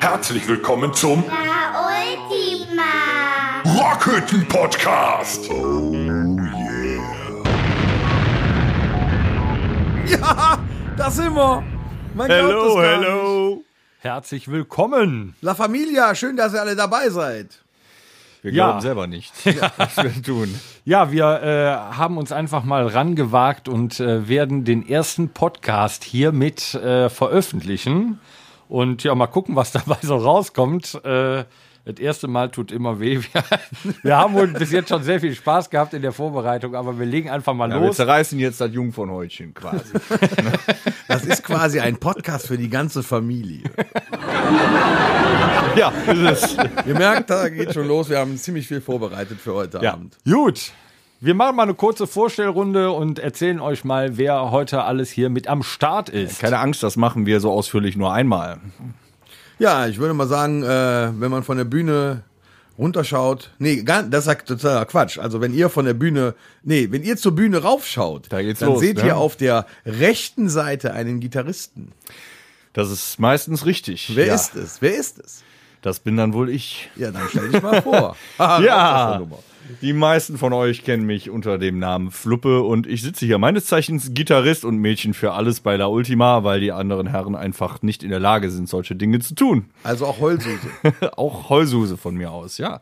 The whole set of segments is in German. Herzlich willkommen zum La Ultima. Rockhütten Podcast. Oh Ja, da sind wir. Man glaubt es gar Nicht. Herzlich willkommen. La Familia, schön, dass ihr alle dabei seid. Wir Ja. glauben selber nicht, was wir tun. Ja, wir äh, haben uns einfach mal rangewagt und äh, werden den ersten Podcast hiermit äh, veröffentlichen. Und ja, mal gucken, was dabei so rauskommt. Äh, das erste Mal tut immer weh. Wir, wir haben wohl bis jetzt schon sehr viel Spaß gehabt in der Vorbereitung, aber wir legen einfach mal Ja, wir los. zerreißen jetzt das Jungfernhäutchen quasi. Das ist quasi ein Podcast für die ganze Familie. ja, ist es. Ihr merkt, da geht schon los. Wir haben ziemlich viel vorbereitet für heute Ja. Abend. Gut. Wir machen mal eine kurze Vorstellrunde und erzählen euch mal, wer heute alles hier mit am Start ist. Keine Angst, das machen wir so ausführlich nur einmal. Ja, ich würde mal sagen, äh, wenn man von der Bühne runterschaut, nee, gar, das ist totaler Quatsch. Also wenn ihr von der Bühne, nee, wenn ihr zur Bühne raufschaut, Da geht's dann los, seht ne? ihr auf der rechten Seite einen Gitarristen. Das ist meistens richtig. Wer ja. ist es? Wer ist es? Das bin dann wohl ich. Ja, dann stell dich mal vor. Ah, das ist eine Nummer. die meisten von euch kennen mich unter dem Namen Fluppe und ich sitze hier meines Zeichens Gitarrist und Mädchen für alles bei La Ultima, weil die anderen Herren einfach nicht in der Lage sind, solche Dinge zu tun. Also auch Heulsuse. auch Heulsuse von mir aus, ja.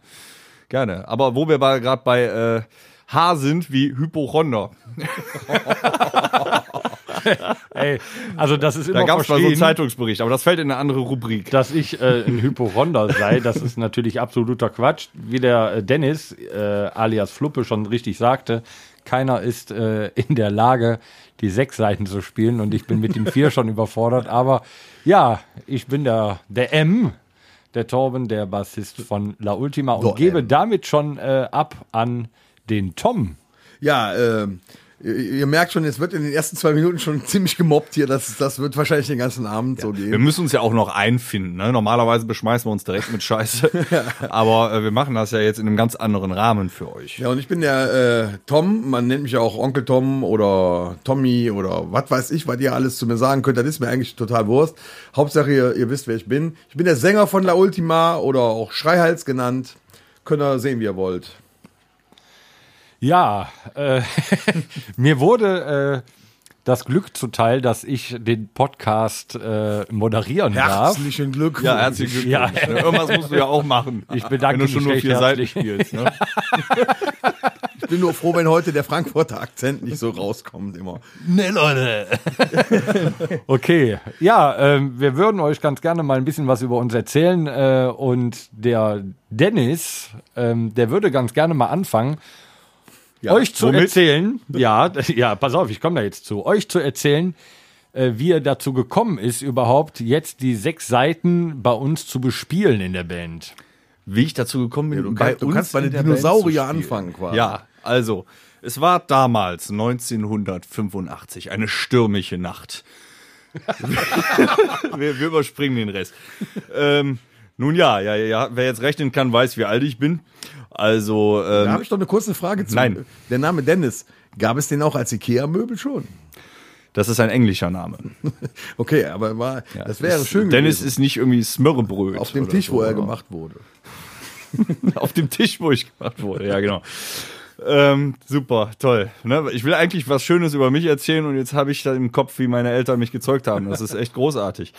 Gerne. Aber wo wir gerade bei äh, Haar sind, wie Hypochonder. Ey, also das ist immer Da gab es mal so einen verstehen. Zeitungsbericht, aber das fällt in eine andere Rubrik. dass ich äh, ein Hypochonder sei, das ist natürlich absoluter Quatsch. Wie der äh, Dennis äh, alias Fluppe schon richtig sagte, keiner ist äh, in der Lage, die sechs Seiten zu spielen und ich bin mit den vier schon überfordert. Aber ja, ich bin der, der M, der Torben, der Bassist von La Ultima und So, gebe M. damit schon äh, ab an den Tom. Ja, ähm, ihr, ihr merkt schon, jetzt wird in den ersten zwei Minuten schon ziemlich gemobbt hier. Das, das wird wahrscheinlich den ganzen Abend so Wir gehen. müssen uns ja auch noch einfinden. Ne? Normalerweise beschmeißen wir uns direkt mit Scheiße. Aber äh, wir machen das ja jetzt in einem ganz anderen Rahmen für euch. Ja, und ich bin der äh, Tom, man nennt mich ja auch Onkel Tom oder Tommy oder was weiß ich, was ihr alles zu mir sagen könnt, das ist mir eigentlich total Wurst. Hauptsache, ihr, ihr wisst, wer ich bin. Ich bin der Sänger von La Ultima oder auch Schreihals genannt. Könnt ihr sehen, wie ihr wollt. Ja, äh, mir wurde äh, das Glück zuteil, dass ich den Podcast äh, moderieren darf. Glückwunsch. Ja, herzlichen Glückwunsch. Ja. ne? Irgendwas musst du ja auch machen. Ich bedanke Wenn du schon mich nur recht vier Seiten herzlich. spielst. Ne? Ich bin nur froh, wenn heute der Frankfurter Akzent nicht so rauskommt immer. Ne, Leute. okay, ja, ähm, wir würden euch ganz gerne mal ein bisschen was über uns erzählen. Äh, und der Dennis, ähm, der würde ganz gerne mal anfangen, Ja, euch zu womit? erzählen. Ja, ja, pass auf, ich komme da jetzt zu. Euch zu erzählen, äh, wie er dazu gekommen ist, überhaupt jetzt die sechs Seiten bei uns zu bespielen in der Band. wie ich dazu gekommen bin. Ja, du kannst- du kannst bei in den der Band zu Dinosaurier spielen. anfangen quasi. Ja, also, es war damals 1985, eine stürmische Nacht. wir, wir überspringen den Rest. Ähm, nun ja, ja, ja, ja, wer jetzt rechnen kann, weiß, wie alt ich bin. Also, Da ähm, habe ich doch eine kurze Frage zu. Nein. Der Name Dennis, gab es den auch als Ikea-Möbel schon? das ist ein englischer Name. Okay, aber war, Ja, das wäre schön Dennis gewesen. ist nicht irgendwie Smörrebröt. auf dem oder Tisch, so, wo er oder? gemacht wurde. auf dem Tisch, wo ich gemacht wurde. Ja, genau. Ähm, super, toll. Ne? Ich will eigentlich was Schönes über mich erzählen und jetzt habe ich da im Kopf, wie meine Eltern mich gezeugt haben. Das ist echt großartig.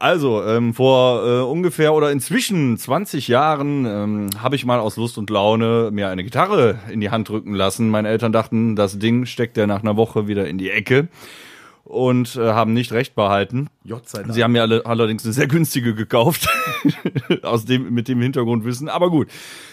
Also, ähm, vor äh, ungefähr oder inzwischen 20 Jahren ähm, habe ich mal aus Lust und Laune mir eine Gitarre in die Hand drücken lassen. Meine Eltern dachten, das Ding steckt ja nach einer Woche wieder in die Ecke und äh, haben nicht recht behalten. Gott sei Dank. Sie haben mir alle, allerdings eine sehr günstige gekauft, aus dem, mit dem Hintergrundwissen. Aber gut,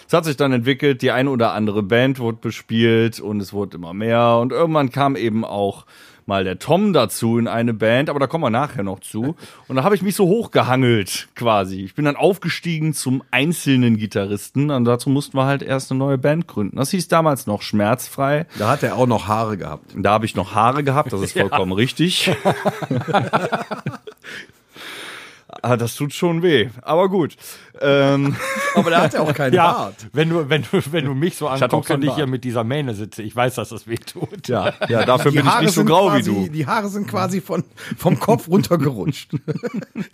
es hat sich dann entwickelt, die eine oder andere Band wurde bespielt und es wurde immer mehr. Und irgendwann kam eben auch mal der Tom dazu in eine Band, aber da kommen wir nachher noch zu. Und da habe ich mich so hochgehangelt quasi. Ich bin dann aufgestiegen zum einzelnen Gitarristen und dazu mussten wir halt erst eine neue Band gründen. Das hieß damals noch schmerzfrei. Da hat er auch noch Haare gehabt. Da habe ich noch Haare gehabt, das ist vollkommen richtig. Ah, das tut schon weh. Aber gut. Ähm, Aber der hat ja auch keinen Ja, Bart. wenn du, wenn, du, wenn du mich so hatte auch anguckst keinen und ich Bart. hier mit dieser Mähne sitze, ich weiß, dass das weh tut. ja, ja, dafür bin ich nicht so sind grau quasi, wie du. Die Haare sind quasi von, vom Kopf runtergerutscht.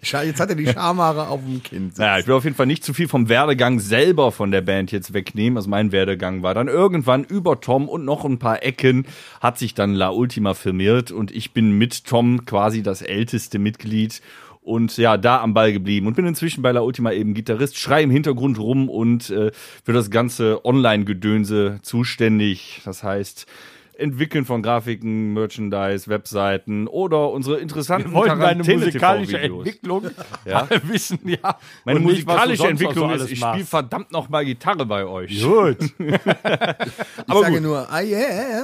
Scha- Jetzt hat er die Schamhaare auf dem Kinn. Naja, ich will auf jeden Fall nicht zu viel vom Werdegang selber von der Band jetzt wegnehmen. Also mein Werdegang war dann irgendwann über Tom und noch ein paar Ecken hat sich dann La Ultima firmiert und ich bin mit Tom quasi das älteste Mitglied und ja, da am Ball geblieben und bin inzwischen bei La Ultima eben Gitarrist, schrei im Hintergrund rum und äh, für das ganze Online-Gedönse zuständig. Das heißt, Entwickeln von Grafiken, Merchandise, Webseiten oder unsere interessanten Wir wollten deine Quarantäne-TV-Videos. musikalische Entwicklung Ja. alle wissen, ja. Meine Und nicht, was du musikalische sonst noch Entwicklung so ist, alles ich machst. spiele verdammt nochmal Gitarre bei euch. Gut. ich sage nur, I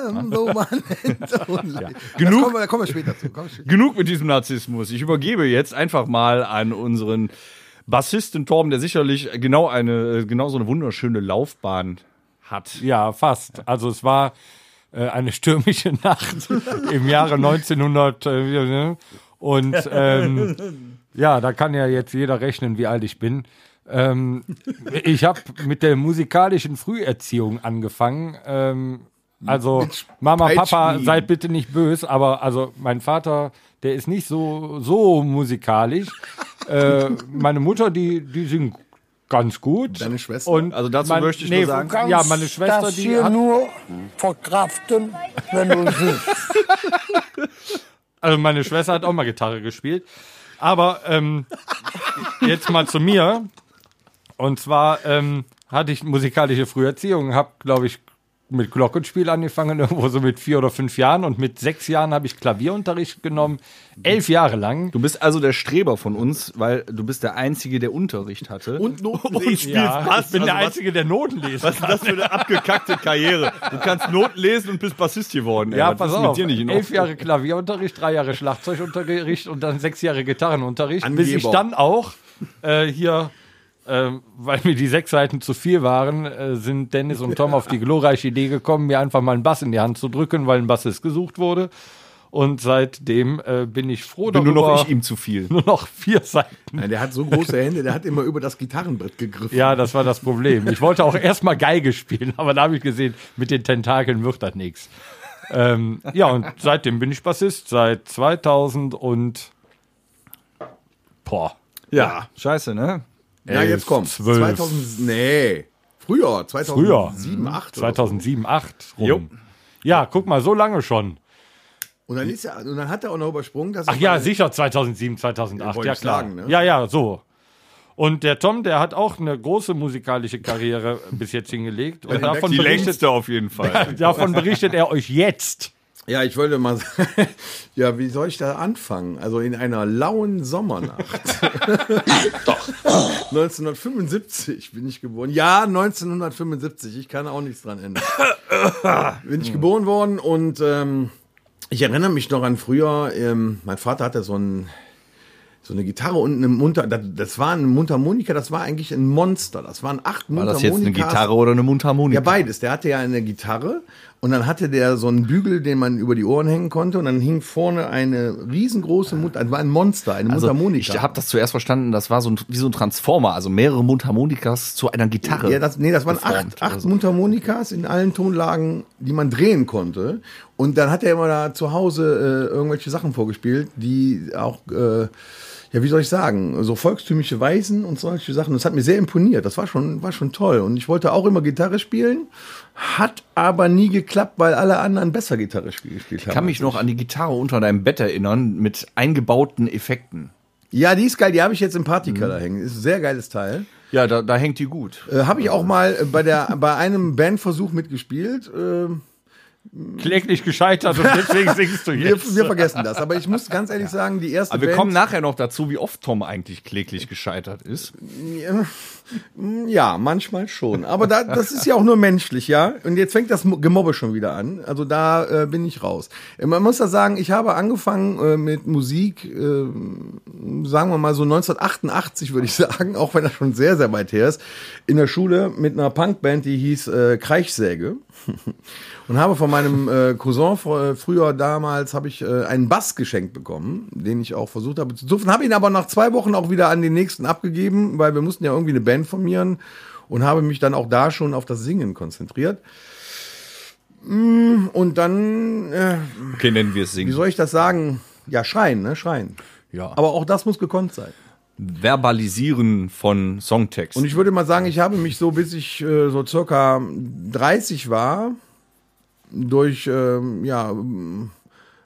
am the one and only. Genug. Kommen wir, da kommen wir später zu. Kommen wir später. Genug mit diesem Narzissmus. Ich übergebe jetzt einfach mal an unseren Bassisten Torben, der sicherlich genau eine, genau so eine wunderschöne Laufbahn hat. Ja, fast. Also es war äh, eine stürmische Nacht im Jahre 1900. Äh, ne? und ähm, ja, da kann ja jetzt jeder rechnen, wie alt ich bin. Ähm, ich habe mit der musikalischen Früherziehung angefangen. Ähm, also Mama, Papa, Peitschenhieben. seid bitte nicht bös, aber also mein Vater, der ist nicht so so musikalisch. äh, meine Mutter, die die singt ganz gut. Deine Schwester? Und Also dazu mein- möchte ich nur sagen- kannst ja, meine Schwester, das die hier hat, nur verkraften, wenn du siehst. also meine Schwester hat auch mal Gitarre gespielt. Aber ähm, jetzt mal zu mir. Und zwar ähm, hatte ich musikalische Früherziehung, habe, glaube ich, mit Glockenspiel angefangen, irgendwo so mit vier oder fünf Jahren. Und mit sechs Jahren habe ich Klavierunterricht genommen, elf Jahre lang. Du bist also der Streber von uns, weil du bist der Einzige, der Unterricht hatte. Und Notenlesen. Ja, ich bin der Also was- Einzige, der Noten lesen Was ist das für eine abgekackte Karriere? Du kannst Noten lesen und bist Bassist geworden. ey. Ja, Was pass ist auf. Mit dir nicht in elf Ordnung? Jahre Klavierunterricht, drei Jahre Schlagzeugunterricht und dann sechs Jahre Gitarrenunterricht. Bis ich Angeber. dann auch äh, hier, ähm, weil mir die sechs Seiten zu viel waren, äh, sind Dennis und Tom auf die glorreiche Idee gekommen, mir einfach mal einen Bass in die Hand zu drücken, weil ein Bassist gesucht wurde. Und seitdem äh, bin ich froh Bin nur darüber. noch ich ihm zu viel. nur noch vier Seiten. Nein, der hat so große Hände, der hat immer über das Gitarrenbrett gegriffen. Ja, das war das Problem. Ich wollte auch erstmal Geige spielen, aber da habe ich gesehen, mit den Tentakeln wird das nichts. Ähm, ja, und seitdem bin ich Bassist, seit 2000 und. Boah. Ja, scheiße, ne? Ja, jetzt komm. 12. 2000, nee. Früher, 2007, Früher. Mhm. 8 oder so. 2007, 8 rum. Jo. Ja, guck mal, so lange schon. Und dann, ist er, und dann hat er auch noch übersprungen, dass er Ach ja, mal- sicher 2007, 2008. Ja, Ja, wollte klar. ich sagen, ne? Ja, ja, so. Und der Tom, der hat auch eine große musikalische Karriere bis jetzt hingelegt. Und davon Die berichtet, längste auf jeden Fall. davon berichtet er euch jetzt. Ja, ich wollte mal sagen, ja, wie soll ich da anfangen? Also in einer lauen Sommernacht. Doch. 1975 bin ich geboren. Ja, 1975. Ich kann auch nichts dran ändern. Bin Hm. ich geboren worden und ähm, ich erinnere mich noch an früher. Ähm, mein Vater hatte so ein so eine Gitarre und eine Munter, das, das war ein Mundharmonika, das war eigentlich ein Monster. Das waren acht War Mundharmonikas. das jetzt eine Gitarre oder eine Mundharmonika? Ja, beides. Der hatte ja eine Gitarre und dann hatte der so einen Bügel, den man über die Ohren hängen konnte und dann hing vorne eine riesengroße Mund, das war ein Monster, eine Also, Mundharmonika. Ich habe das zuerst verstanden, das war so ein, wie so ein Transformer, also mehrere Mundharmonikas zu einer Gitarre. ja, das, nee, das waren geformt Also. acht, oder acht so. Mundharmonikas in allen Tonlagen, die man drehen konnte. Und dann hat er immer da zu Hause äh, irgendwelche Sachen vorgespielt, die auch, äh, ja, wie soll ich sagen, so volkstümliche Weisen und solche Sachen. Das hat mir sehr imponiert. Das war schon, war schon toll. Und ich wollte auch immer Gitarre spielen, hat aber nie geklappt, weil alle anderen besser Gitarre spiel- gespielt haben. Ich kann mich noch an die Gitarre unter deinem Bett erinnern mit eingebauten Effekten. Ja, die ist geil, die habe ich jetzt im Mhm. Partykeller hängen. Ist ein sehr geiles Teil. Ja, da, da hängt die gut. Äh, habe ich auch mal äh, bei, der, bei einem Bandversuch mitgespielt. Äh, kläglich gescheitert und deswegen singst du wir, jetzt. wir vergessen das. Aber ich muss ganz ehrlich sagen, die erste Aber wir Band, kommen nachher noch dazu, wie oft Tom eigentlich kläglich gescheitert ist. Ja, manchmal schon. Aber da, das ist ja auch nur menschlich, ja. Und jetzt fängt das Mo- Gemobbe schon wieder an. Also da äh, bin ich raus. Äh, Man muss da sagen, ich habe angefangen äh, mit Musik äh, sagen wir mal so 1988, würde ich sagen, auch wenn das schon sehr, sehr weit her ist, in der Schule mit einer Punkband, die hieß äh, Kreichsäge. Und habe von meinem äh, Cousin fr- äh, früher damals habe ich äh, einen Bass geschenkt bekommen, den ich auch versucht habe zu zupfen, habe ihn aber nach zwei Wochen auch wieder an den nächsten abgegeben, weil wir mussten ja irgendwie eine Band formieren und habe mich dann auch da schon auf das Singen konzentriert. Mm, Und dann äh, Okay, nennen wir es wie singen. soll ich das sagen? Ja, schreien, ne? Schreien. Ja. Aber auch das muss gekonnt sein. Verbalisieren von Songtext. Und ich würde mal sagen, ich habe mich so, bis ich äh, so circa 30 war, durch ähm, ja, m-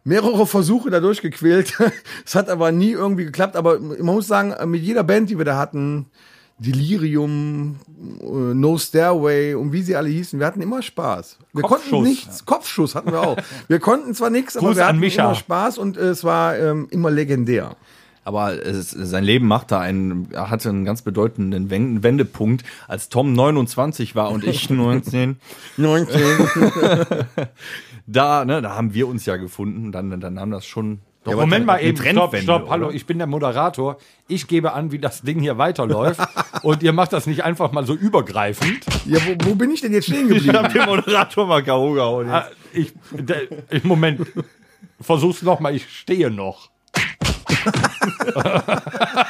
mehrere Versuche dadurch gequält. Es hat aber nie irgendwie geklappt. Aber man muss sagen, mit jeder Band, die wir da hatten, Delirium, äh, No Stairway und wie sie alle hießen, wir hatten immer Spaß. Wir konnten Kopfschuss. nichts, Kopfschuss hatten wir auch. Wir konnten zwar nichts, aber Gruß wir an hatten Micha. immer Spaß und äh, es war ähm, immer legendär. Aber es, sein Leben machte einen, er hatte einen ganz bedeutenden Wen- Wendepunkt, als Tom 29 war und ich 19. 19. Da, ne, da haben wir uns ja gefunden. Dann, dann nahm das schon. Doch, Moment mal eine eben, stopp, Trendwende, stopp, hallo, oder? ich bin der Moderator. Ich gebe an, wie das Ding hier weiterläuft. und ihr macht das nicht einfach mal so übergreifend. Ja, wo, wo bin ich denn jetzt stehen geblieben? Ich hab den Moderator mal K.O. gehauen. Ah, Ich, der- ich- Moment, versuch's nochmal, ich stehe noch.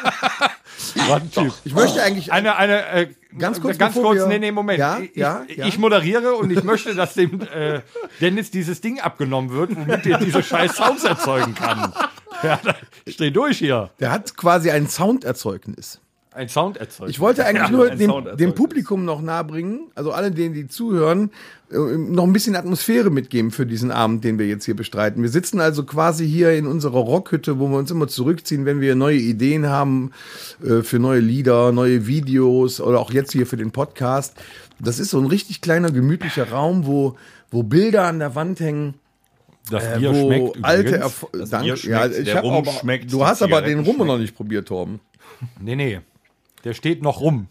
Was ein Typ. Ich möchte eigentlich Eine, eine, äh, Ganz kurz, ganz bevor kurz, wir- nee, nee, Moment. Ja, ich, ja, ich, ja. ich moderiere und ich möchte, dass dem äh, Dennis dieses Ding abgenommen wird, womit er diese scheiß Sounds erzeugen kann. Ja, da- ich dreh durch hier. Der hat quasi ein Sounderzeugnis. Ein Sound erzeugen. Ich wollte eigentlich Ja, nur ein dem, Sounderzeugnis. dem Publikum noch nahebringen, also allen denen, die zuhören, äh, noch ein bisschen Atmosphäre mitgeben für diesen Abend, den wir jetzt hier bestreiten. Wir sitzen also quasi hier in unserer Rockhütte, wo wir uns immer zurückziehen, wenn wir neue Ideen haben äh, für neue Lieder, neue Videos oder auch jetzt hier für den Podcast. Das ist so ein richtig kleiner, gemütlicher Raum, wo, wo Bilder an der Wand hängen. das Äh, Bier wo schmeckt alte übrigens. Erfo Das Dank, Bier ja, Also schmeckt, ich der hab Rum aber, schmeckt, Du die hast aber den Zigaretten Rum noch nicht probiert, Torben. Nee, nee. Der steht noch rum.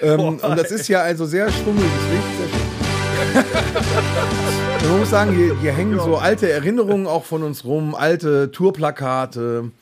Ähm, und das ist ja also sehr schwummeliges Licht. sehr schwummelig. Man muss sagen, hier, hier hängen so alte Erinnerungen auch von uns rum, alte Tourplakate,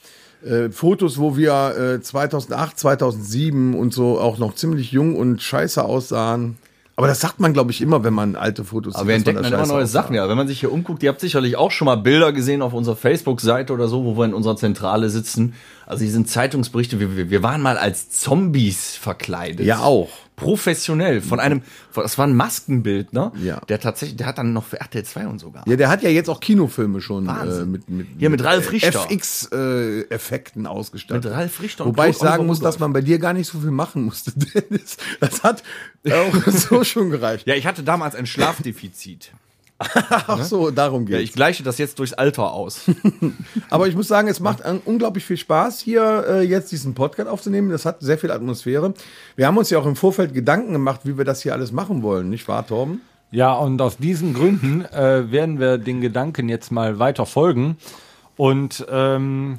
äh, Fotos, wo wir äh, 2008, 2007 und so auch noch ziemlich jung und scheiße aussahen. Aber das sagt man, glaube ich, immer, wenn man alte Fotos Aber wir dass man entdecken da dann immer scheiße neue aussah. Sachen, ja. Wenn man sich hier umguckt, ihr habt sicherlich auch schon mal Bilder gesehen auf unserer Facebook-Seite oder so, wo wir in unserer Zentrale sitzen. Also hier sind Zeitungsberichte, wir, wir- wir waren mal als Zombies verkleidet. Ja, auch. Professionell. Von einem, von- das war ein Maskenbildner, Ja. der tatsächlich, der hat dann noch für RTL 2 und sogar. Ja, der hat ja jetzt auch Kinofilme schon äh, Wahnsinn. mit, mit, Hier mit Ralf Äh, Richter. FX-Effekten äh, ausgestattet. Mit Ralf Richter und Wobei ich Claude sagen muss, Oliver dass man bei dir gar nicht so viel machen musste, Dennis. Das hat auch so schon gereicht. Ja, ich hatte damals ein Schlafdefizit. Ach so, darum Ja, geht's. ich gleiche das jetzt durchs Alter aus. Aber ich muss sagen, es macht an- unglaublich viel Spaß, hier äh, jetzt diesen Podcast aufzunehmen. Das hat sehr viel Atmosphäre. Wir haben uns ja auch im Vorfeld Gedanken gemacht, wie wir das hier alles machen wollen, nicht wahr, Torben? Ja, und aus diesen Gründen äh, werden wir den Gedanken jetzt mal weiter folgen und ähm,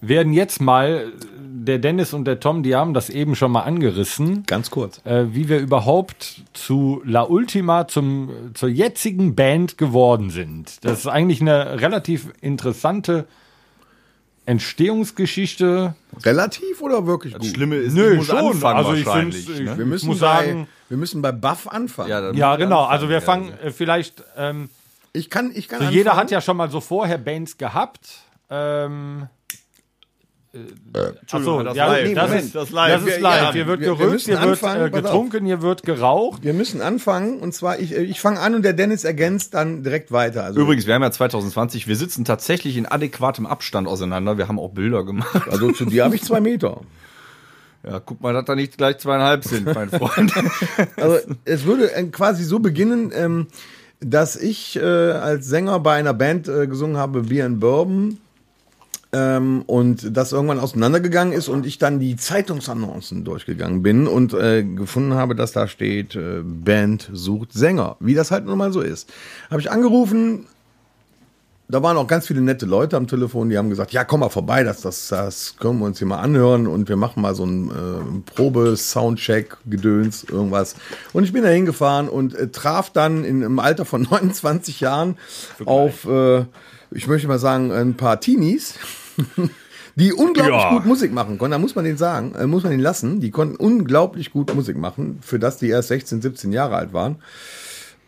werden jetzt mal, der Dennis und der Tom, die haben das eben schon mal angerissen, Ganz kurz. äh, wie wir überhaupt zu La Ultima, zum, zur jetzigen Band geworden sind. Das ist eigentlich eine relativ interessante Entstehungsgeschichte. Relativ oder wirklich gut? Schlimme ist, Nö, ich muss schon, anfangen also ich wahrscheinlich. find's- ne? wir müssen muss bei, sagen- wir müssen bei Buff anfangen. Ja, dann- Ja, genau. Also wir fangen äh, vielleicht... Ähm, ich kann, ich kann. Also jeder anfangen. hat ja schon mal so vorher Bands gehabt. Ähm, Achso, das ja, live. das, Moment, ist, das das, live. ist Wir- live. ja, Hier wird wir- wir gerülpst, müssen hier wird anfangen, äh, pass auf. getrunken, hier wird geraucht. Wir müssen anfangen und zwar ich, äh, ich fange an und der Dennis ergänzt dann direkt weiter. Also Übrigens, wir haben ja 2020, wir sitzen tatsächlich in adäquatem Abstand auseinander. Wir haben auch Bilder gemacht. Also zu dir habe ich zwei Meter. Ja, guck mal, dass da nicht gleich zweieinhalb sind, mein Freund. Also es würde äh, quasi so beginnen, ähm, dass ich äh, als Sänger bei einer Band äh, gesungen habe, Beer and Bourbon. Ähm, und das irgendwann auseinandergegangen ist und ich dann die Zeitungsannoncen durchgegangen bin und äh, gefunden habe, dass da steht, äh, Band sucht Sänger, wie das halt nun mal so ist. Habe ich angerufen, da waren auch ganz viele nette Leute am Telefon, die haben gesagt, ja, komm mal vorbei, das, das, das können wir uns hier mal anhören und wir machen mal so einen äh, Probe-Soundcheck, Gedöns, irgendwas. Und ich bin da hingefahren und äh, traf dann in, im Alter von 29 Jahren auf, äh, ich möchte mal sagen, ein paar Teenies, Die unglaublich Ja. gut Musik machen konnten, da muss man den sagen, äh, muss man den lassen. Die konnten unglaublich gut Musik machen, für das die erst 16, 17 Jahre alt waren.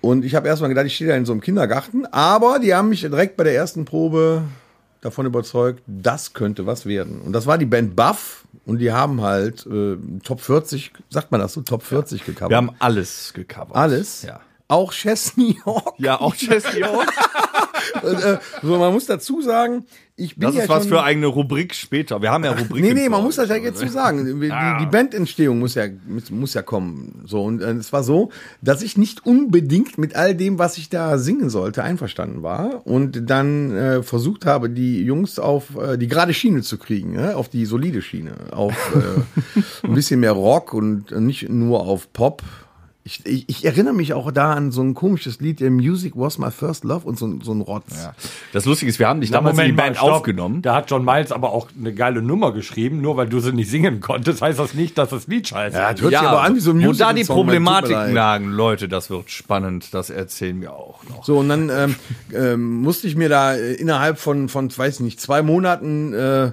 Und ich habe erstmal gedacht, ich stehe da in so einem Kindergarten, aber die haben mich direkt bei der ersten Probe davon überzeugt, das könnte was werden. Und das war die Band Buff und die haben halt äh, Top 40, sagt man das so, Top 40 gecovert. Wir haben alles gecovert. alles. Ja. Auch Chesney Hawk. Ja, auch Jesse Owens. So, man muss dazu sagen, ich bin Das ja ist was schon, für eigene Rubrik später. Wir haben ja Rubriken. Nee, nee, man vor muss das uns. ja jetzt so sagen. Die, die Bandentstehung muss ja, muss- muss ja kommen. So, und äh, es war so, dass ich nicht unbedingt mit all dem, was ich da singen sollte, einverstanden war und dann äh, versucht habe, die Jungs auf äh, die gerade Schiene zu kriegen, ne? auf die solide Schiene, auf äh, ein bisschen mehr Rock und nicht nur auf Pop. Ich, ich, ich erinnere mich auch da an so ein komisches Lied, äh, Music Was My First Love und so, ein- so ein Rotz. Das Lustige ist, wir haben dich damals in die mal, Band stopp. aufgenommen. Da hat John Miles aber auch eine geile Nummer geschrieben, nur weil du sie nicht singen konntest, heißt das nicht, dass das Lied scheiße ist. das hört sich aber an wie so ein wo da die Musical-Song, tut mir leid. Problematiken lagen, Leute, das wird spannend, das erzählen wir auch noch. So, und dann ähm, ähm, musste ich mir da äh, innerhalb von, von weiß ich nicht, zwei Monaten äh,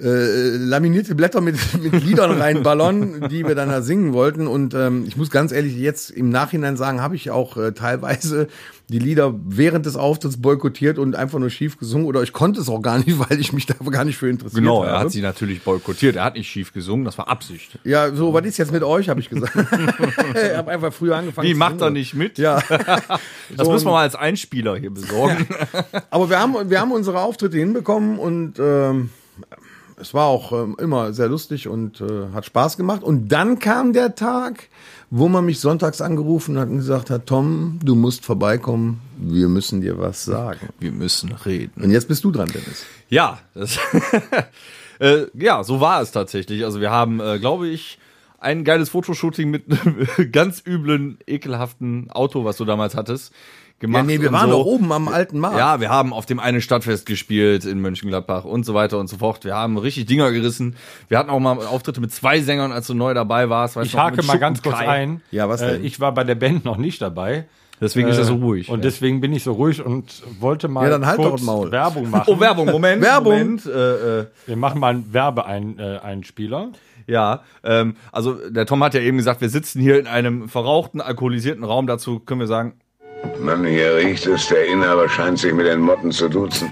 äh, laminierte Blätter mit, mit Liedern reinballern, die wir dann da singen wollten. Und ähm, ich muss ganz ehrlich jetzt im Nachhinein sagen, habe ich auch äh, teilweise die Lieder während des Auftritts boykottiert und einfach nur schief gesungen. Oder ich konnte es auch gar nicht, weil ich mich da gar nicht für interessiert Genau, habe. er hat sie natürlich boykottiert. Er hat nicht schief gesungen, das war Absicht. ja, so, was ist jetzt mit euch, habe ich gesagt. ich habe einfach früher angefangen Wie, zu macht er singen. nicht mit? Ja. Das müssen wir mal als Einspieler hier besorgen. Aber wir haben, wir haben unsere Auftritte hinbekommen und ähm, es war auch ähm, immer sehr lustig und äh, hat Spaß gemacht. Und dann kam der Tag, wo man mich sonntags angerufen hat und gesagt hat, Tom, du musst vorbeikommen, wir müssen dir was sagen. Wir müssen reden. Und jetzt bist du dran, Dennis. Ja, das äh, ja, so war es tatsächlich. Also wir haben, äh, glaube ich, ein geiles Fotoshooting mit einem ganz üblen, ekelhaften Auto, was du damals hattest, gemacht. und so. am alten Markt. Ja, wir haben auf dem einen Stadtfest gespielt in Mönchengladbach und so weiter und so fort. Wir haben richtig Dinger gerissen. Wir hatten auch mal Auftritte mit zwei Sängern, als du neu dabei warst. Weißt Ich du noch, hake mit mal ganz kurz Schuppenkai. ein. Ja, was Äh, denn? Ich war bei der Band noch nicht dabei. Äh, Deswegen ist er so ruhig. Und deswegen bin ich so ruhig und wollte mal Ja, dann halt doch kurz das Maul. Werbung machen. oh, Werbung, Moment. Werbung. Moment, äh, äh, Wir machen mal einen Werbeeinspieler. ja, ähm, also der Tom hat ja eben gesagt, wir sitzen hier in einem verrauchten, alkoholisierten Raum. Dazu können wir sagen, Mann, hier riecht es. Der Inhaber scheint sich mit den Motten zu duzen.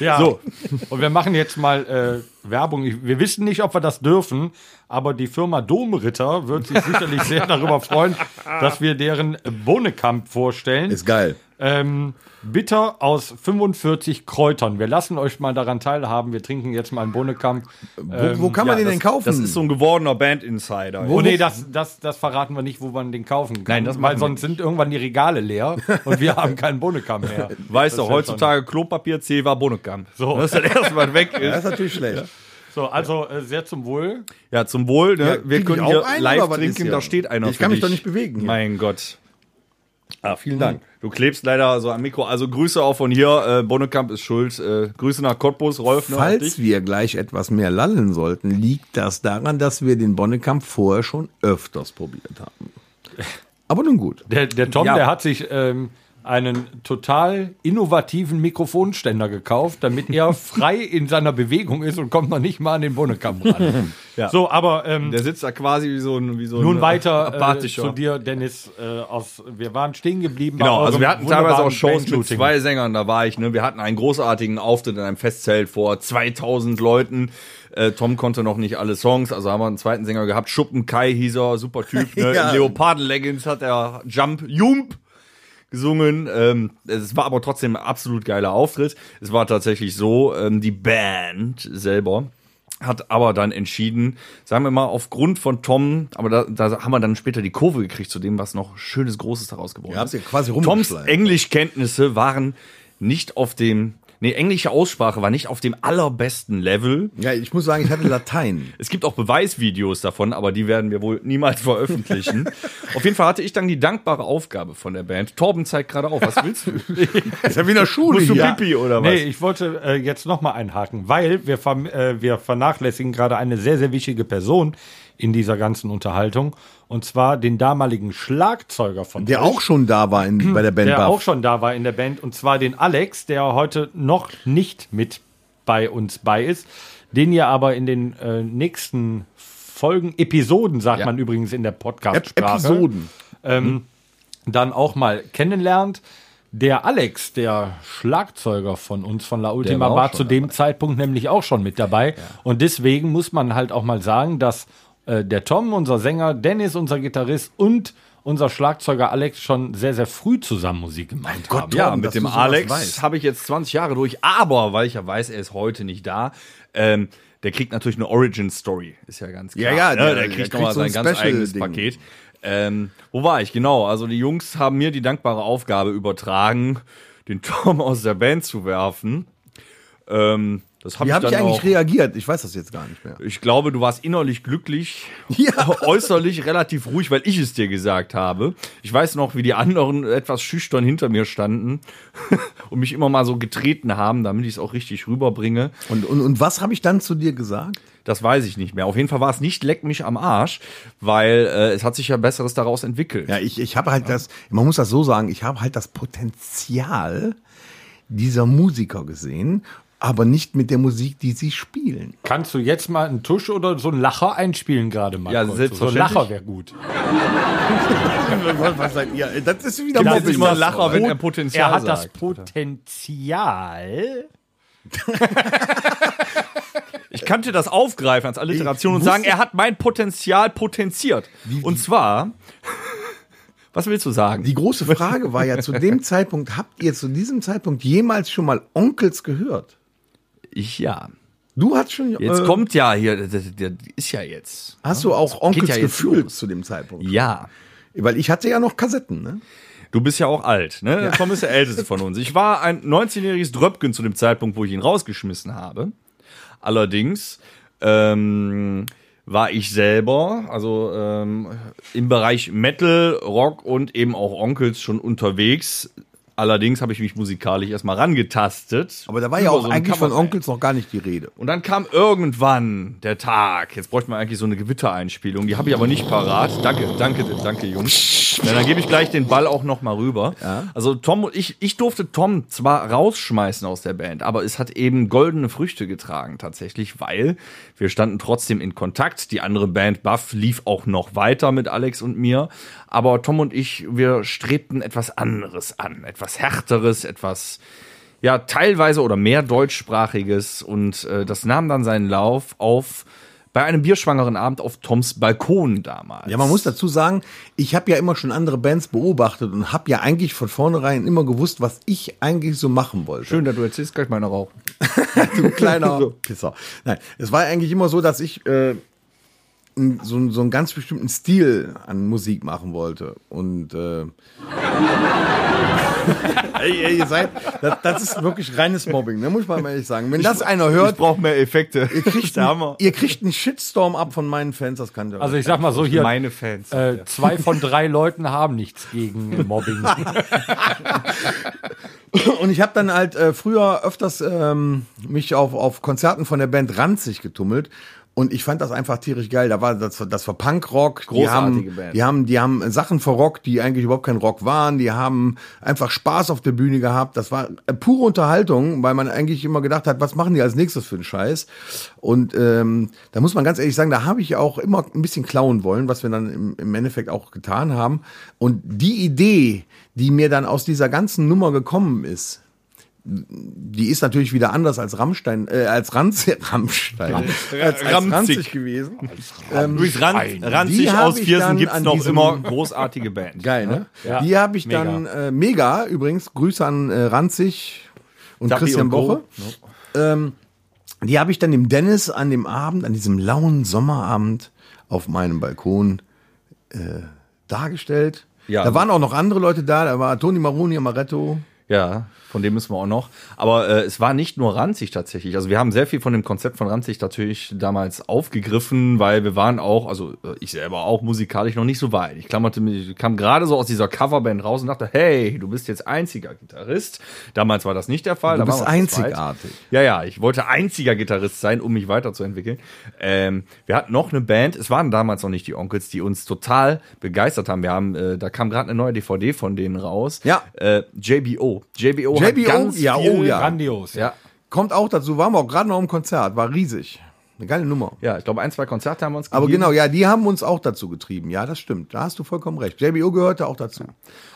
Ja. So. Und wir machen jetzt mal äh, Werbung. Ich, wir wissen nicht, ob wir das dürfen, aber die Firma Domritter wird sich sicherlich sehr darüber freuen, dass wir deren Bohnekamp vorstellen. Ist geil. Ähm, Bitter aus 45 Kräutern. Wir lassen euch mal daran teilhaben. Wir trinken jetzt mal einen Bohnekamp. Wo, wo kann man den das, denn kaufen? das ist so ein gewordener Band-Insider. Oh nee, das, das, das verraten wir nicht, wo man den kaufen kann. Nein, das weil machen wir sonst sind irgendwann die Regale leer und wir haben keinen Bohnenkamm mehr. Weißt du, Das ist ja heutzutage Klopapier, Zewa, Bonekamp. So. Dass das erstmal weg das ist. ist natürlich schlecht. schon- So, also äh, sehr zum Wohl. Ja, zum Wohl. Ne? Ja, krieg wir ich können auch hier einen, live oder was ist trinken, hier? da steht einer Ich für kann mich dich. doch nicht bewegen hier. Mein Gott. hm. Ah, vielen Dank. Du klebst leider so am Mikro. Also Grüße auch von hier. Äh, Bonnekamp ist schuld. Äh, Grüße nach Cottbus, Rolf. ne, an Falls dich. wir gleich etwas mehr lallen sollten, liegt das daran, dass wir den Bonnekamp vorher schon öfters probiert haben. Aber nun gut. Der, der Tom, Ja. der hat sich ähm, einen total innovativen Mikrofonständer gekauft, damit er frei in seiner Bewegung ist und kommt noch nicht mal an den Bohnenkamm ran. Ja. So, aber ähm, Der sitzt da quasi wie so ein wie so nun ein weiter äh, apathischer. zu dir, Dennis. Äh, aus, wir waren stehen geblieben. Genau, bei also eurem wir hatten teilweise wunderbaren auch Shows mit Bandshooting. zwei Sängern, da war ich, ne? Wir hatten einen großartigen Auftritt in einem Festzelt vor 2000 Leuten. Äh, Tom konnte noch nicht alle Songs, also haben wir einen zweiten Sänger gehabt. Schuppen Kai hieß er, super Typ, ne? Ja. In Leoparden-Leggings hat er Jump, Jump gesungen. Ähm, es war aber trotzdem ein absolut geiler Auftritt. Es war tatsächlich so, ähm, die Band selber hat aber dann entschieden, sagen wir mal, aufgrund von Tom, aber da, da haben wir dann später die Kurve gekriegt zu dem, was noch Schönes, Großes daraus geworden Ihr ist. habt's ja quasi Toms rumgeschleift. Englischkenntnisse waren nicht auf dem, nee, englische Aussprache war nicht auf dem allerbesten Level. Ja, ich muss sagen, ich hatte Latein. Es gibt auch Beweisvideos davon, aber die werden wir wohl niemals veröffentlichen. auf jeden Fall hatte ich dann die dankbare Aufgabe von der Band. Torben zeigt gerade auf, was willst du? Das ist ja wie in der Schule Musst du Pipi oder was? Nee, ich wollte äh, jetzt nochmal einhaken, weil wir, verm- äh, wir vernachlässigen gerade eine sehr, sehr wichtige Person in dieser ganzen Unterhaltung. Und zwar den damaligen Schlagzeuger von Der auch schon da war in, bei der Band der Buff. auch schon da war in der Band. Und zwar den Alex, der heute noch nicht mit bei uns bei ist, den ihr aber in den äh, nächsten Folgen, Episoden, sagt Ja. man übrigens in der Podcast-Sprache. Episoden. Hm. ähm, dann auch mal kennenlernt. Der Alex, der Schlagzeuger von uns von La Ultima, war war, auch zu schon dem Zeitpunkt nämlich auch schon mit dabei. Und deswegen muss man halt auch mal sagen, dass äh, der Tom, unser Sänger, Dennis, unser Gitarrist und unser Schlagzeuger Alex schon sehr, sehr früh zusammen Musik gemacht haben. Tom, Ja, dass mit dem du sowas Alex weißt. habe ich jetzt 20 Jahre durch, aber weil ich ja weiß, er ist heute nicht da, ähm, der kriegt natürlich eine Origin-Story, ist ja ganz klar. Ja, ja, ne? der- der, der kriegt kriegt nochmal so ein sein ganz eigenes Special-Ding. Paket. Ähm, wo war ich? Genau, also die Jungs haben mir die dankbare Aufgabe übertragen, den Tom aus der Band zu werfen. Ähm, das habe Wie ich habe dann ich eigentlich auch, reagiert? Ich weiß das jetzt gar nicht mehr. Ich glaube, du warst innerlich glücklich, Ja. äußerlich relativ ruhig, weil ich es dir gesagt habe. Ich weiß noch, wie die anderen etwas schüchtern hinter mir standen und mich immer mal so getreten haben, damit ich es auch richtig rüberbringe. Und, und, und was habe ich dann zu dir gesagt? Das weiß ich nicht mehr. Auf jeden Fall war es nicht leck mich am Arsch, weil äh, es hat sich ja Besseres daraus entwickelt. Ja, ich, ich habe halt das, man muss das so sagen, ich habe halt das Potenzial dieser Musiker gesehen, aber nicht mit der Musik, die sie spielen. Kannst du jetzt mal einen Tusch oder so einen Lacher einspielen gerade mal? Ja, kurz? so ein selbstverständlich. Lacher wäre gut. Was seid ihr? Genau, Das ist wieder Das Das ist ist immer ein das Lacher, wenn er Er Potenzial hat das sagt. Potenzial. Ich kannte das aufgreifen als Alliteration und sagen, er hat mein Potenzial potenziert. Und zwar, was willst du sagen? Die große Frage war ja zu dem Zeitpunkt, habt ihr zu diesem Zeitpunkt jemals schon mal Onkels gehört? Ich ja. Du hast schon Jetzt äh, kommt ja hier, das, das, das ist ja jetzt. hast du auch Onkels ja jetzt gefühlt los. zu dem Zeitpunkt? Ja. Weil ich hatte ja noch Kassetten, ne? Du bist ja auch alt, ne? Tom ist der Älteste von uns. Ich war ein 19-jähriges Dröpken zu dem Zeitpunkt, wo ich ihn rausgeschmissen habe. Allerdings ähm, war ich selber, also ähm, im Bereich Metal, Rock und eben auch Onkels schon unterwegs. Allerdings habe ich mich musikalisch erstmal rangetastet. Aber da war ja Über auch so ein eigentlich von Cover-Band. Onkels noch gar nicht die Rede. Und dann kam irgendwann der Tag. Jetzt bräuchte man eigentlich so eine Gewittereinspielung. Die habe ich aber nicht parat. Danke, danke, danke, Jungs. Na, dann gebe ich gleich den Ball auch nochmal rüber. Also Tom, und ich, ich durfte Tom zwar rausschmeißen aus der Band, aber es hat eben goldene Früchte getragen tatsächlich, weil wir standen trotzdem in Kontakt. Die andere Band Buff lief auch noch weiter mit Alex und mir. Aber Tom und ich, wir strebten etwas anderes an. Etwas härteres, etwas ja, teilweise oder mehr deutschsprachiges und äh, das nahm dann seinen Lauf auf bei einem bierschwangeren Abend auf Toms Balkon damals. Ja, man muss dazu sagen, ich habe ja immer schon andere Bands beobachtet und habe ja eigentlich von vornherein immer gewusst, was ich eigentlich so machen wollte. Schön, dass du erzählst, gleich meine rauchen. du kleiner Pisser. Nein, es war eigentlich immer so, dass ich äh, n- so, n- so einen ganz bestimmten Stil an Musik machen wollte. Und äh, ey, ey, ihr seid, das, das ist wirklich reines Mobbing, ne? muss man mal ehrlich sagen. Wenn das einer Ich hört, brauche mehr Effekte. ihr kriegt, Da einen, haben wir- ihr kriegt einen Shitstorm ab von meinen Fans, das kann ja Also ich sag mal so hier. meine Fans. Äh, zwei von drei Leuten haben nichts gegen Mobbing. Und ich habe dann halt äh, früher öfters ähm, mich auf, auf Konzerten von der Band Ranzig getummelt. Und ich fand das einfach tierisch geil. Da war das, das war Punkrock. die Großartige haben, Band. Die haben, die haben Sachen verrockt, die eigentlich überhaupt kein Rock waren. Die haben einfach Spaß auf der Bühne gehabt. Das war äh, pure Unterhaltung, weil man eigentlich immer gedacht hat, was machen die als nächstes für einen Scheiß? Und ähm, da muss man ganz ehrlich sagen, da habe ich auch immer ein bisschen klauen wollen, was wir dann im, im Endeffekt auch getan haben. Und die Idee, die mir dann aus dieser ganzen Nummer gekommen ist, die ist natürlich wieder anders als Rammstein, äh, als Ranz, Rammstein, als, als Ramzig. Ranzig gewesen. Übrigens, Ran, Die Ranzig hab aus ich Viersen dann gibt's an noch diesem- immer großartige Band. Geil, ne? Ja. Die habe ich Mega. dann äh, mega übrigens. Grüße an äh, Ranzig und Dappi Christian und Co. Boche. Ähm, die habe ich dann dem Dennis an dem Abend, an diesem lauen Sommerabend auf meinem Balkon äh, dargestellt. Ja. Da waren auch noch andere Leute da. Da war Toni Maroni, Amaretto. Ja, von dem müssen wir auch noch. Aber äh, es war nicht nur ranzig tatsächlich. Also wir haben sehr viel von dem Konzept von ranzig natürlich damals aufgegriffen, weil wir waren auch, also äh, ich selber auch musikalisch noch nicht so weit. Ich klammerte mich, kam gerade so aus dieser Coverband raus und dachte, hey, du bist jetzt einziger Gitarrist. Damals war das nicht der Fall. Du da bist waren wir zu zweit. einzigartig. Ja, ja, ich wollte einziger Gitarrist sein, um mich weiterzuentwickeln. Ähm, wir hatten noch eine Band, es waren damals noch nicht die Onkels, die uns total begeistert haben. Wir haben, äh, da kam gerade eine neue DVD von denen raus. Ja. Äh, JBO. JBO, hat JBO, ganz ja, viel, oh ja. Grandios. Ja. Kommt auch dazu, waren wir auch gerade noch im Konzert, war riesig. Eine geile Nummer. Ja, ich glaube, ein, zwei Konzerte haben wir uns Aber gegeben. genau, ja, die haben uns auch dazu getrieben. Ja, das stimmt. Da hast du vollkommen recht. JBO gehörte auch dazu.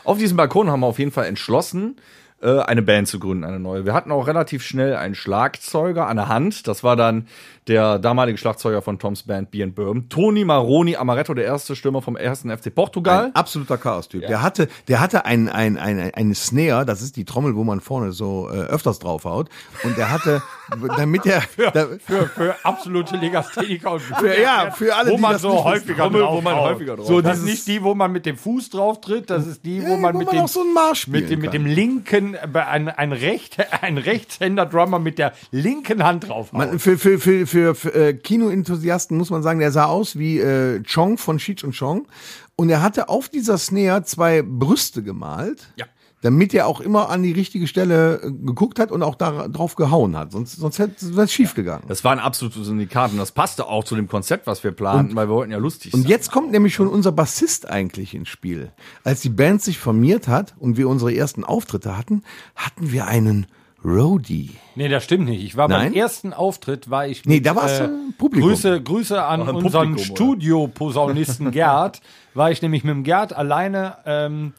Auf diesem Balkon haben wir auf jeden Fall entschlossen, äh, eine Band zu gründen, eine neue. Wir hatten auch relativ schnell einen Schlagzeuger an der Hand. Das war dann der damalige Schlagzeuger von Toms Band Beer and Bourbon. Toni Maroni Amaretto, der erste Stürmer vom ersten FC Portugal. Ein absoluter Chaos-Typ. Der hatte, der hatte ein, ein, ein, ein, eine Snare, das ist die Trommel, wo man vorne so äh, öfters draufhaut. Und der hatte, damit er, da, Für, für absolute Legastheniker und für, ja, für alle, wo die man das so nicht wissen. häufiger Trommel, drauf wo man haut. häufiger drauf so, haut. Das ist nicht die, wo man mit dem Fuß drauf tritt, das ist die, wo Ja, man mit dem auch so einen Marsch mit spielen dem, mit kann. dem linken, äh, ein, ein, Recht, ein Rechtshänder-Drummer mit der linken Hand drauf. Man, für für, für, für, für äh, Kinoenthusiasten muss man sagen, der sah aus wie äh, Chong von Cheech und Chong. Und er hatte auf dieser Snare zwei Brüste gemalt. Ja. Damit er auch immer an die richtige Stelle äh, geguckt hat und auch da drauf gehauen hat. Sonst, sonst hätte es schief gegangen. Das war ein absolutes Syndikat und das passte auch zu dem Konzept, was wir planten, weil wir wollten ja lustig Und jetzt kommt nämlich schon unser Bassist eigentlich ins Spiel. Als die Band sich formiert hat und wir unsere ersten Auftritte hatten, hatten wir einen Roadie. Nee, das stimmt nicht. Ich war Nein? beim ersten Auftritt, war ich. äh, Nee, da warst du Publikum. Grüße, Grüße an im unseren Publikum, oder? Studio-Posaunisten Gerd. War ich nämlich mit dem Gerd alleine, ähm,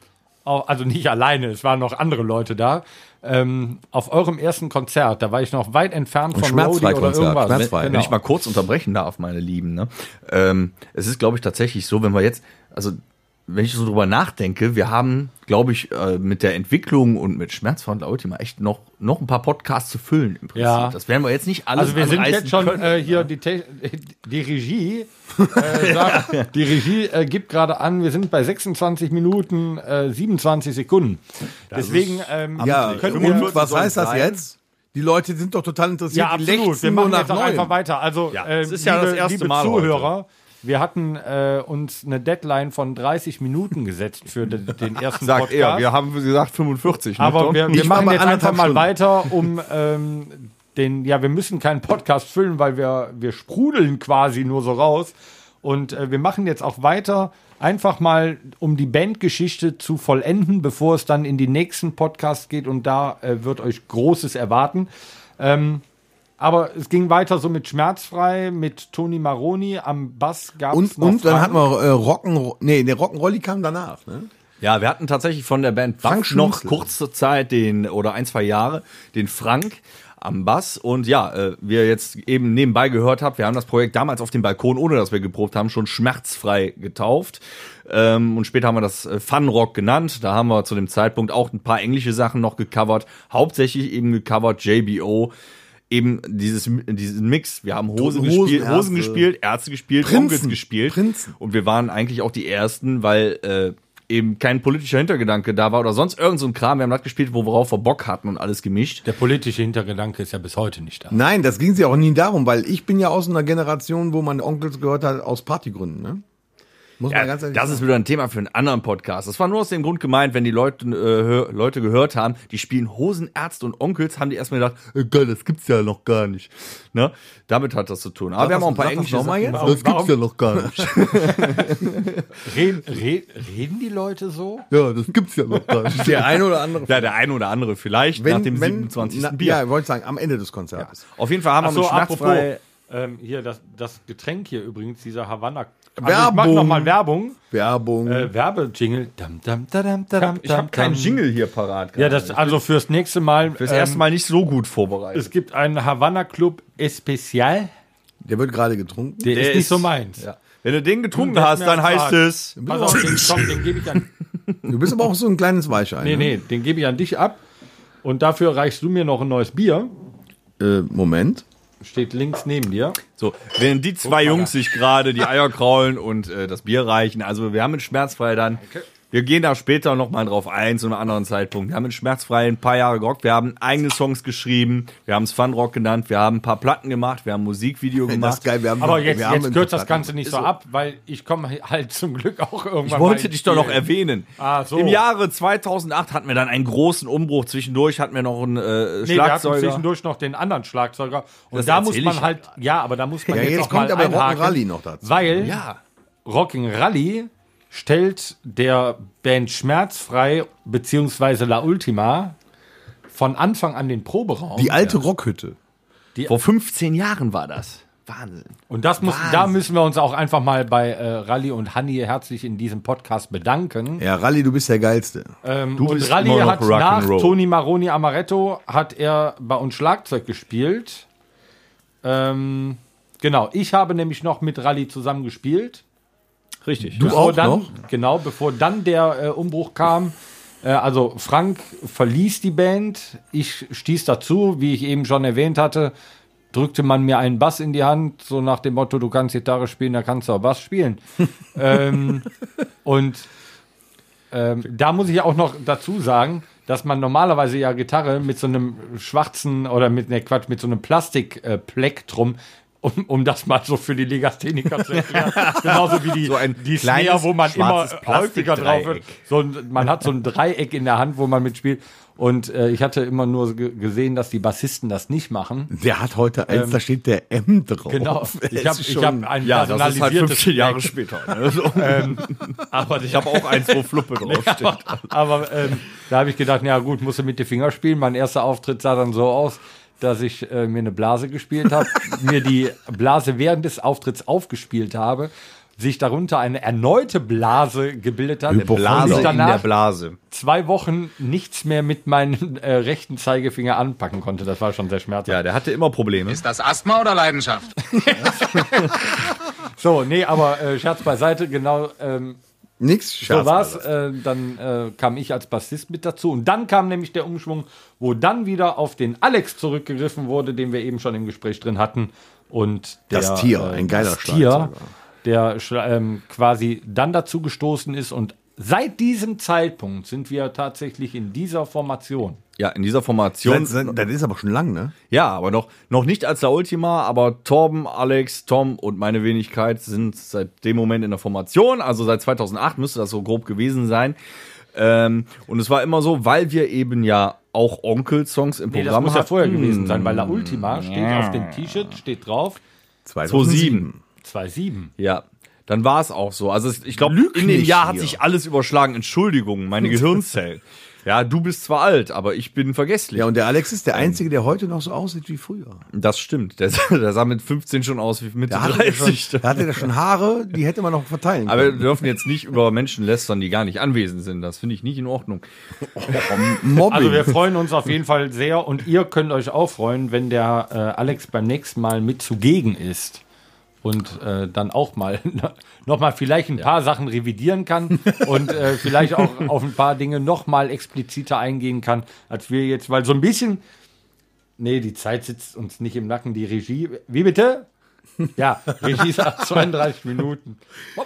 au- also nicht alleine, es waren noch andere Leute da. Ähm, auf eurem ersten Konzert, da war ich noch weit entfernt von Roadie oder Schmerzfreikonzert, irgendwas. Genau. schmerzfrei. Wenn ich mal kurz unterbrechen darf, meine Lieben. Ne? Ähm, es ist, glaube ich, tatsächlich so, wenn wir jetzt, also wenn ich so drüber nachdenke, wir haben, glaube ich, äh, mit der Entwicklung und mit Schmerz von der Ultima echt noch, noch ein paar Podcasts zu füllen im Prinzip. Ja. Das werden wir jetzt nicht alles Also wir sind anreißen jetzt schon können. äh, hier die, Te die Regie. Äh, sagt, Die Regie äh, gibt gerade an, wir sind bei 26 Minuten äh, 27 Sekunden. Deswegen ähm, Ja, können wir, und was heißt das jetzt? Die Leute sind doch total interessiert. ja die absolut. Wir lechzen machen nur jetzt nach auch einfach Neuem. weiter. Also Ja, äh, es ist ja das erste liebe Mal heute. Zuhörer, wir hatten äh, uns eine Deadline von 30 Minuten gesetzt für de den ersten Sagt Podcast. er, wir haben gesagt 45. ne, Aber Tom? wir, Ich wir mach machen mal jetzt einfach anderthalb mal Stunden. weiter, um ähm, den, ja, wir müssen keinen Podcast füllen, weil wir, wir sprudeln quasi nur so raus. Und äh, wir machen jetzt auch weiter, einfach mal, um die Bandgeschichte zu vollenden, bevor es dann in die nächsten Podcasts geht. Und da äh, wird euch Großes erwarten. Ähm, aber es ging weiter so mit Schmerzfrei, mit Toni Maroni am Bass gab Und, und dann hatten wir äh, Rock'n, nee, der Rock'n'Rolli kam danach. Ne? Ja, wir hatten tatsächlich von der Band Frank Frank noch Schunzel. kurze Zeit den oder ein, zwei Jahre den Frank am Bass und ja, äh, wie ihr jetzt eben nebenbei gehört habt, wir haben das Projekt damals auf dem Balkon, ohne dass wir geprobt haben, schon schmerzfrei getauft ähm, und später haben wir das äh, Fun Rock genannt. Da haben wir zu dem Zeitpunkt auch ein paar englische Sachen noch gecovert, hauptsächlich eben gecovert JBO, eben dieses diesen Mix. Wir haben Hosen, Hosen, gespielt, Hosen Ärzte. gespielt, Ärzte gespielt, Prinzen, Prinzen gespielt Prinzen. und wir waren eigentlich auch die Ersten, weil äh, eben kein politischer Hintergedanke da war oder sonst irgend so ein Kram. Wir haben das gespielt, worauf wir Bock hatten und alles gemischt. Der politische Hintergedanke ist ja bis heute nicht da. Nein, das ging sie auch nie darum, weil ich bin ja aus einer Generation, wo man Onkels gehört hat aus Partygründen. Ne? Muss man Ja, ganz ehrlich das ist wieder ein Thema für einen anderen Podcast. Das war nur aus dem Grund gemeint, wenn die Leute, äh, hör, Leute gehört haben, die spielen Hosen, Ärzte und Onkels, haben die erstmal gedacht, äh, geil, das gibt's ja noch gar nicht. Ne? Damit hat das zu tun. Aber wir haben auch ein paar sag das englische noch mal Sachen- jetzt? Warum- warum- ja noch gar nicht. Reden, re, reden die Leute so? Ja, das gibt's ja noch gar nicht. Der eine oder andere. Ja, der ein oder andere vielleicht Wenn, nach dem wenn, 27. na, Bier. Ja, wollte ich sagen, am Ende des Konzertes. also, Auf jeden Fall haben Ach so, wir mit apropos, Schmerzfrei ähm, hier das, das Getränk hier übrigens, dieser Havanna. Also Ich Werbung. mach nochmal Werbung. Werbung. Äh, Werbejingle. Dam, dam, dadam, dadam, Ich habe dam, keinen dam. Jingle hier parat. Ja, das also fürs nächste Mal. äh, Fürs erste Mal nicht so gut vorbereitet. Es gibt einen Havanna Club Especial. der wird gerade getrunken. Der, ist ist- nicht so meins. Wenn du den getrunken Hm, hast, das ist mir dann heißt ein es. Pass auf, den, komm, den gebe ich an. Du bist aber auch so ein kleines Weichei. Nee, ne? nee, den gebe ich an dich ab. Und dafür reichst du mir noch ein neues Bier. Äh, Moment. Steht links neben dir. So, wenn die zwei Jungs sich gerade die Eier kraulen und äh, das Bier reichen, also wir haben mit Schmerzfrei dann. Wir gehen da später nochmal drauf ein, zu einem anderen Zeitpunkt. Wir haben mit Schmerzfrei ein paar Jahre gerockt, wir haben eigene Songs geschrieben, wir haben es Funrock genannt, wir haben ein paar Platten gemacht, wir haben ein Musikvideo Das gemacht. ist geil. Wir haben, Aber jetzt, wir haben jetzt kürzt das Platten. Ganze nicht so ab, weil ich komme halt zum Glück auch irgendwann. Also Ich mal wollte ins dich doch noch Spiel. erwähnen. Ah, so. Im Jahre 2008 hatten wir dann einen großen Umbruch. Zwischendurch hatten wir noch einen äh, Nee, wir hatten Schlagzeuger. zwischendurch noch den anderen Schlagzeuger. Und Das da muss erzähl man ich halt, ja, aber da muss man Ja, jetzt, jetzt auch kommt mal aber einhaken, Rock'n'Rally noch dazu. Weil Ja. Rock'n'Rally stellt der Band Schmerzfrei beziehungsweise La Ultima von Anfang an den Proberaum. Die alte Rockhütte. Vor 15 Jahren war das. Wahnsinn. Und das muss, da müssen wir uns auch einfach mal bei äh, Rally und Hanni herzlich in diesem Podcast bedanken. Ja, Rally, du bist der Geilste. Ähm, und bist Rally immer noch hat Rock'n'Roll. nach Toni Maroni Amaretto hat er bei uns Schlagzeug gespielt. Ähm, genau, ich habe nämlich noch mit Rally zusammen gespielt. Richtig. Du auch dann, noch? Genau, bevor dann der äh, Umbruch kam. Äh, also Frank verließ die Band, ich stieß dazu, wie ich eben schon erwähnt hatte, drückte man mir einen Bass in die Hand, so nach dem Motto, du kannst Gitarre spielen, da kannst du auch Bass spielen. ähm, und ähm, da muss ich auch noch dazu sagen, dass man normalerweise ja Gitarre mit so einem schwarzen oder mit, ne Quatsch, mit so einem Plastikpleck äh, Pleck drum, um, um das mal so für die Legastheniker zu erklären. Genauso wie die, so ein die kleines, Snare, wo man immer schwarzes häufiger drauf wird. Plastikdreieck. So ein, man hat so ein Dreieck in der Hand, wo man mitspielt. Und äh, ich hatte immer nur ge- gesehen, dass die Bassisten das nicht machen. Der hat heute eins, da steht der M drauf. Ähm, Genau. Ich habe Es ist ich schon- hab ein Ja, das ist halt 15 Pleck. Jahre später. Ne? So. aber ich habe auch eins, wo Fluppe draufsteht. Aber ähm, da habe ich gedacht, na ja, gut, musst du mit den Fingern spielen. Mein erster Auftritt sah dann so aus, dass ich äh, mir eine Blase gespielt habe, mir die Blase während des Auftritts aufgespielt habe, sich darunter eine erneute Blase gebildet hat. Blase und ich in der danach Blase. zwei Wochen nichts mehr mit meinem äh, rechten Zeigefinger anpacken konnte. Das war schon sehr schmerzhaft. Ja, der hatte immer Probleme. das Asthma oder Leidenschaft? So, nee, aber äh, Scherz beiseite, genau. Ähm, Nix, So Scherz. war's. Äh, dann äh, kam ich als Bassist mit dazu. Und dann kam nämlich der Umschwung, wo dann wieder auf den Alex zurückgegriffen wurde, den wir eben schon im Gespräch drin hatten. Und der, äh, Das Tier, ein geiler das Tier, Schlagzeuger. der schla- ähm, quasi dann dazu gestoßen ist. Und seit diesem Zeitpunkt sind wir tatsächlich in dieser Formation. Ja, in dieser Formation. Das, das ist aber schon lang, ne? Ja, aber noch, noch nicht als La Ultima, aber Torben, Alex, Tom und meine Wenigkeit sind seit dem Moment in der Formation. Also seit 2008 müsste das so grob gewesen sein. Ähm, und es war immer so, weil wir eben ja auch Onkel-Songs im das Programm muss ja hatten. vorher Hm. gewesen sein, weil La Ultima steht auf dem T-Shirt, steht drauf 2007. 2,7. Ja. Dann war es auch so. Also es, ich glaube, in dem nicht Jahr hat hier. sich alles überschlagen. Entschuldigung, meine Gehirnzellen. Ja, du bist zwar alt, aber ich bin vergesslich. Ja, und der Alex Ähm. ist der Einzige, der heute noch so aussieht wie früher. das stimmt. Der, sah- der sah mit 15 schon aus wie Mitte Da hatte, der 30. schon, da hatte der schon Haare, die hätte man noch verteilen Aber wir können. dürfen jetzt nicht über Menschen lästern, die gar nicht anwesend sind. Das finde ich nicht in Ordnung. Mobbing. Also wir freuen uns auf jeden Fall sehr und ihr könnt euch auch freuen, wenn der äh, Alex beim nächsten Mal mit zugegen ist und äh, dann auch mal nochmal vielleicht ein paar Sachen revidieren kann und äh, vielleicht auch auf ein paar Dinge nochmal expliziter eingehen kann, als wir jetzt, weil so ein bisschen, nee, die Zeit sitzt uns nicht im Nacken, die Regie, wie bitte? Ja, Regie sagt 32 Minuten.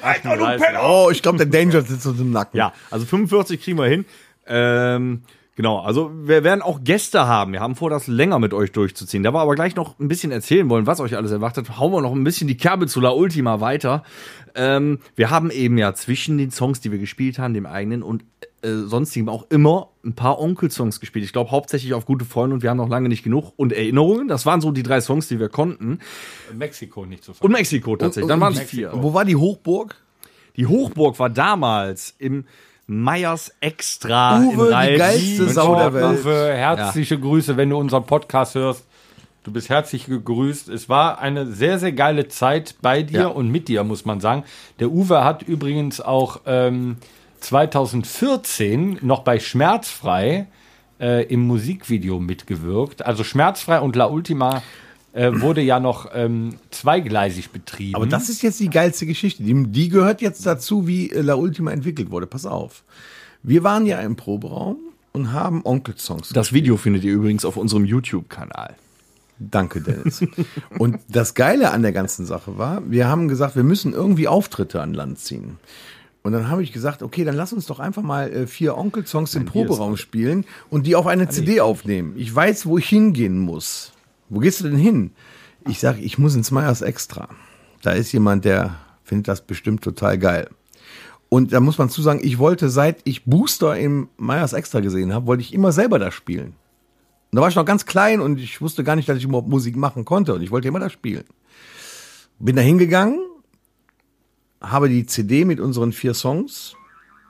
Alter, du oh, ich glaube, der Danger sitzt uns im Nacken. Ja, also 45 kriegen wir hin. Ähm, genau, also wir werden auch Gäste haben. Wir haben vor, das länger mit euch durchzuziehen. Da wir aber gleich noch ein bisschen erzählen wollen, was euch alles erwartet, hauen wir noch ein bisschen die Kerbe zu La Ultima weiter. Ähm, wir haben eben ja zwischen den Songs, die wir gespielt haben, dem eigenen und äh, sonstigen auch immer ein paar Onkel-Songs gespielt. Ich glaube hauptsächlich auf gute Freunde und wir haben noch lange nicht genug. Und Erinnerungen, das waren so die drei Songs, die wir konnten. Mexiko nicht zu Und vergessen. Mexiko tatsächlich, dann waren es vier. Wo war die Hochburg? Die Hochburg war damals im Meyers Extra Uwe, in die Reit. geilste München. Sau der Welt. Uwe, herzliche Grüße, wenn du unseren Podcast hörst. Du bist herzlich gegrüßt. Es war eine sehr, sehr geile Zeit bei dir Ja. und mit dir, muss man sagen. Der Uwe hat übrigens auch ähm, 2014 noch bei Schmerzfrei äh, im Musikvideo mitgewirkt. Also Schmerzfrei und La Ultima äh, wurde ja noch ähm, zweigleisig betrieben. Mhm. Aber das ist jetzt die geilste Geschichte. Die, die gehört jetzt dazu, wie äh, La Ultima entwickelt wurde. Pass auf. Wir waren ja im Proberaum und haben Onkel-Songs. Das Video findet ihr übrigens auf unserem YouTube-Kanal. Danke, Dennis. und das Geile an der ganzen Sache war, wir haben gesagt, wir müssen irgendwie Auftritte an Land ziehen. Und dann habe ich gesagt, okay, dann lass uns doch einfach mal äh, vier Onkel-Songs im Proberaum spielen und die auf eine CD aufnehmen. Ich weiß, wo ich hingehen muss. Wo gehst du denn hin? Ich sage, ich muss ins Meyers Extra. Da ist jemand, der findet das bestimmt total geil. Und da muss man zu sagen, ich wollte, seit ich Booster im Meyers Extra gesehen habe, wollte ich immer selber da spielen. Und da war ich noch ganz klein und ich wusste gar nicht, dass ich überhaupt Musik machen konnte und ich wollte immer da spielen. Bin da hingegangen, habe die CD mit unseren vier Songs,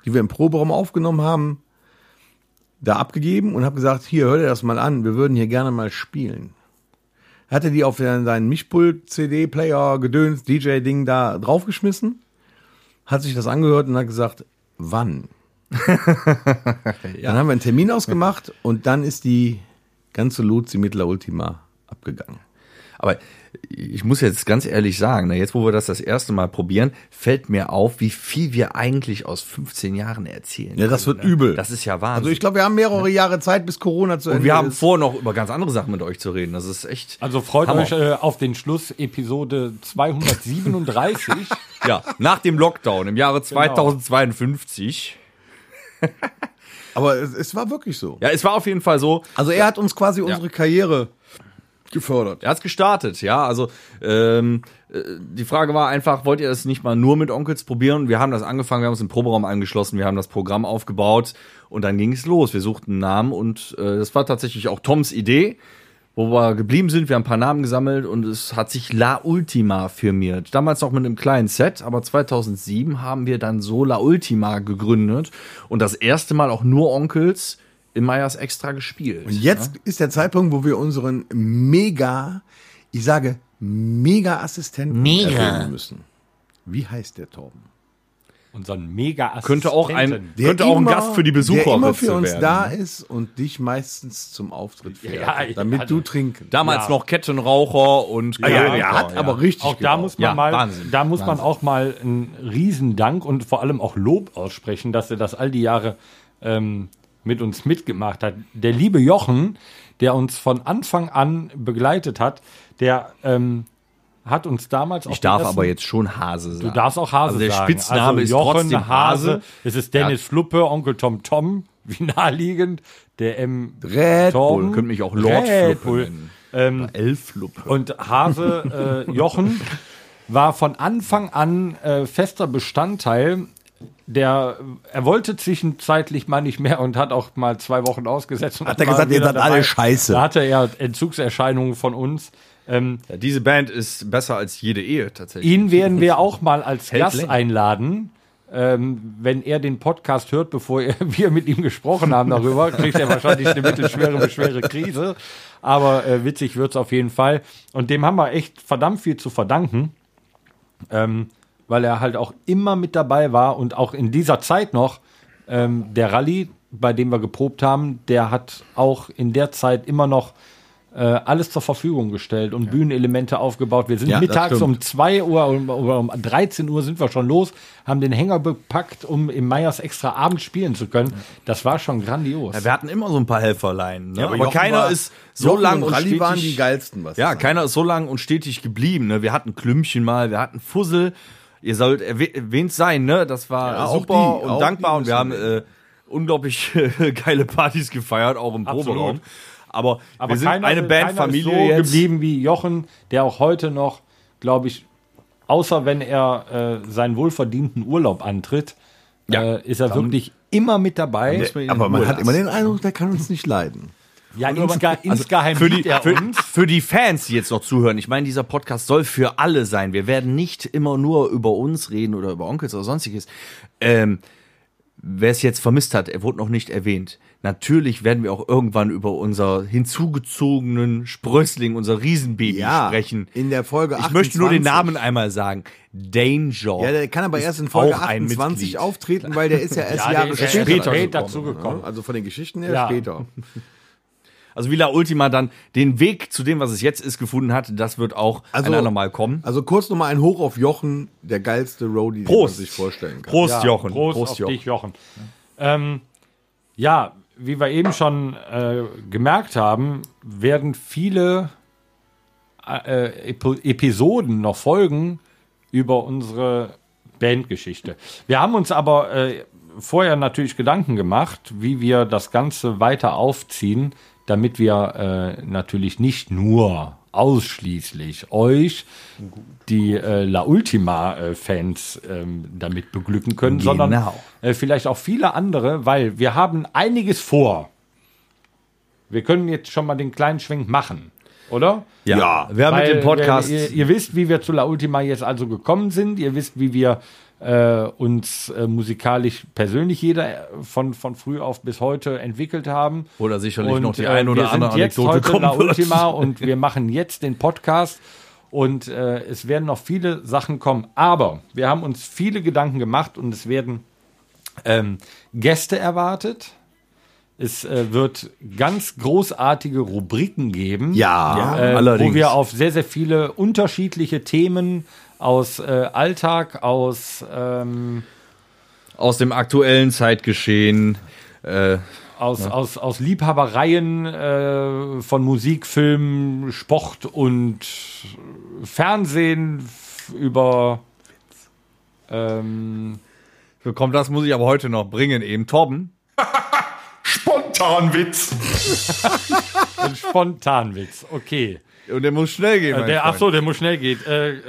die wir im Proberaum aufgenommen haben, da abgegeben und habe gesagt, hier, hör dir das mal an, wir würden hier gerne mal spielen. Hat er die auf seinen seinen Mischpult-CD-Player, Gedöns, DJ-Ding da draufgeschmissen, hat sich das angehört und hat gesagt, wann? Dann haben wir einen Termin ausgemacht und dann ist die ganze Luzi mit La Ultima abgegangen. Aber ich muss jetzt ganz ehrlich sagen, na, jetzt wo wir das das erste Mal probieren, fällt mir auf, wie viel wir eigentlich aus 15 Jahren erzählen. Ja, das können, wird übel. Das ist ja Wahnsinn. Also ich äh, glaube, wir haben mehrere Jahre Zeit, bis Corona zu und Ende wir haben ist. vor, noch über ganz andere Sachen mit euch zu reden. Das ist echt. Also freut Hammer. euch äh, auf den Schluss, Episode 237. Ja, nach dem Lockdown im Genau. Jahre 2052. Aber es, es war wirklich so. Ja, es war auf jeden Fall so. Also er hat uns quasi unsere Karriere gefördert. Er hat's gestartet, ja. Also ähm, äh, die Frage war einfach, wollt ihr das nicht mal nur mit Onkels probieren? Wir haben das angefangen, wir haben uns im Proberaum angeschlossen, wir haben das Programm aufgebaut und dann ging es los. Wir suchten einen Namen und äh, das war tatsächlich auch Toms Idee, wo wir geblieben sind. Wir haben ein paar Namen gesammelt und es hat sich La Ultima firmiert. Damals noch mit einem kleinen Set, aber 2007 haben wir dann so La Ultima gegründet und das erste Mal auch nur Onkels in Meyers Extra gespielt. Und jetzt ist der Zeitpunkt, wo wir unseren mega, ich sage mega Assistenten mega. müssen. Wie heißt der Torben? Unseren mega könnte auch ein, Der könnte auch ein immer- Gast für die Besucher der immer für uns werden. ne? da ist und dich meistens zum Auftritt fährt, Ja, ja, damit also- du trinken. Damals noch Kettenraucher und ja, er hat aber richtig Auch da geraucht. muss man Genau. Ja, mal, Wahnsinn, da muss man auch mal einen Riesendank und vor allem auch Lob aussprechen, dass er das all die Jahre ähm, mit uns mitgemacht hat. Der liebe Jochen, der uns von Anfang an begleitet hat, der ähm, hat uns damals auch Ich darf die ersten- aber jetzt schon Hase sagen. Du darfst auch Hase also der sagen. Spitzname ist trotzdem Hase. Es ist Dennis Fluppe, Onkel Tom Tom, wie naheliegend. Der M. Red Tom. Bull, könnt mich auch Lord Fluppe Bull. nennen. Ähm, Elfluppe. und Hase äh, Jochen war von Anfang an äh, fester Bestandteil. Der, er wollte zwischenzeitlich mal nicht mehr und hat auch mal zwei Wochen ausgesetzt. und Hat er war gesagt, ihr wieder seid alle scheiße. Da hatte er Entzugserscheinungen von uns. Ähm, Ja, diese Band ist besser als jede Ehe tatsächlich. ihn werden wir auch mal als Hält Gast länger. einladen. Ähm, wenn er den Podcast hört, bevor er, wir mit ihm gesprochen haben darüber, kriegt er wahrscheinlich eine mittelschwere, schwere Krise. Aber äh, witzig wird's auf jeden Fall. Und dem haben wir echt verdammt viel zu verdanken. ähm, weil er halt auch immer mit dabei war und auch in dieser Zeit noch ähm, der Rallye, bei dem wir geprobt haben, der hat auch in der Zeit immer noch äh, alles zur Verfügung gestellt und Bühnenelemente aufgebaut. Wir sind Ja, das mittags stimmt. um 2 Uhr um- oder um 13 Uhr sind wir schon los, haben den Hänger bepackt, um im Meyers extra Abend spielen zu können. Das war schon grandios. Ja, wir hatten immer so ein paar Helferlein. Ne? Ja, aber Jochen keiner war- ist so Jochen lang und und Rally stetig, waren die geilsten, was Ja, das keiner ist so lang und stetig geblieben. Ne? Wir hatten Klümpchen mal, wir hatten Fussel. Ihr sollt erwäh- erwähnt sein, ne? Das war Ja, auch super die, auch und dankbar die und wir haben äh, unglaublich äh, geile Partys gefeiert, auch im Absolut. Proberaum. Aber, Aber wir sind keiner- eine keiner Bandfamilie ist so jetzt. geblieben wie Jochen, der auch heute noch, glaube ich, außer wenn er äh, seinen wohlverdienten Urlaub antritt, Ja. äh, ist er wirklich immer mit dabei. Aber man hat immer den Eindruck, der kann uns nicht leiden. Ja, insge insgeheim Also Für die, liebt er für, uns. für die Fans, die jetzt noch zuhören, ich meine, dieser Podcast soll für alle sein. Wir werden nicht immer nur über uns reden oder über Onkels oder sonstiges. Ähm, Wer es jetzt vermisst hat, er wurde noch nicht erwähnt. Natürlich werden wir auch irgendwann über unser hinzugezogenen Sprössling, unser Riesenbaby sprechen. in der Folge Ich möchte nur den 28. Namen einmal sagen. Danger. Ja, der kann aber erst in Folge auch ein 28 Mitglied. auftreten, weil der ist ja erst Ja, der Jahre ist ja später, später ne? dazugekommen. Also von den Geschichten her Ja. später. Also wie La Ultima dann den Weg zu dem, was es jetzt ist, gefunden hat, das wird auch Also- ein andermal kommen. Also kurz nochmal ein Hoch auf Jochen, der geilste Roadie, Prost. den man sich vorstellen kann. Prost, Jochen. Prost, auf dich, Jochen. Ähm, ja, wie wir eben schon äh, gemerkt haben, werden viele äh, Epo- Episoden noch folgen über unsere Bandgeschichte. Wir haben uns aber äh, vorher natürlich Gedanken gemacht, wie wir das Ganze weiter aufziehen, damit wir äh, natürlich nicht nur ausschließlich euch, die äh, La Ultima-Fans, ähm, damit beglücken können, sondern Genau. äh, vielleicht auch viele andere, weil wir haben einiges vor. Wir können jetzt schon mal den kleinen Schwenk machen, oder? Ja. wir haben mit Weil, dem Podcast äh, Ihr, ihr wisst, wie wir zu La Ultima jetzt also gekommen sind. Ihr wisst, wie wir äh, uns äh, musikalisch persönlich jeder äh, von, von früh auf bis heute entwickelt haben. Oder sicherlich Und, noch die äh, ein wir oder andere sind jetzt Anekdote heute La kommen wird. Ultima und wir machen jetzt den Podcast und äh, es werden noch viele Sachen kommen. Aber wir haben uns viele Gedanken gemacht und es werden ähm, Gäste erwartet. Es äh, wird ganz großartige Rubriken geben. Ja, äh, allerdings. Wo wir auf sehr, sehr viele unterschiedliche Themen aus äh, Alltag, aus, ähm, Aus dem aktuellen Zeitgeschehen. Äh, aus, aus, aus Liebhabereien äh, von Musik, Film, Sport und Fernsehen f- über. Ähm, komm, das muss ich aber heute noch bringen, eben Torben. Spontanwitz. ein Spontanwitz, okay. Und der muss schnell gehen. Äh, mein Der, ach Freund. so, der muss schnell gehen. Äh, äh,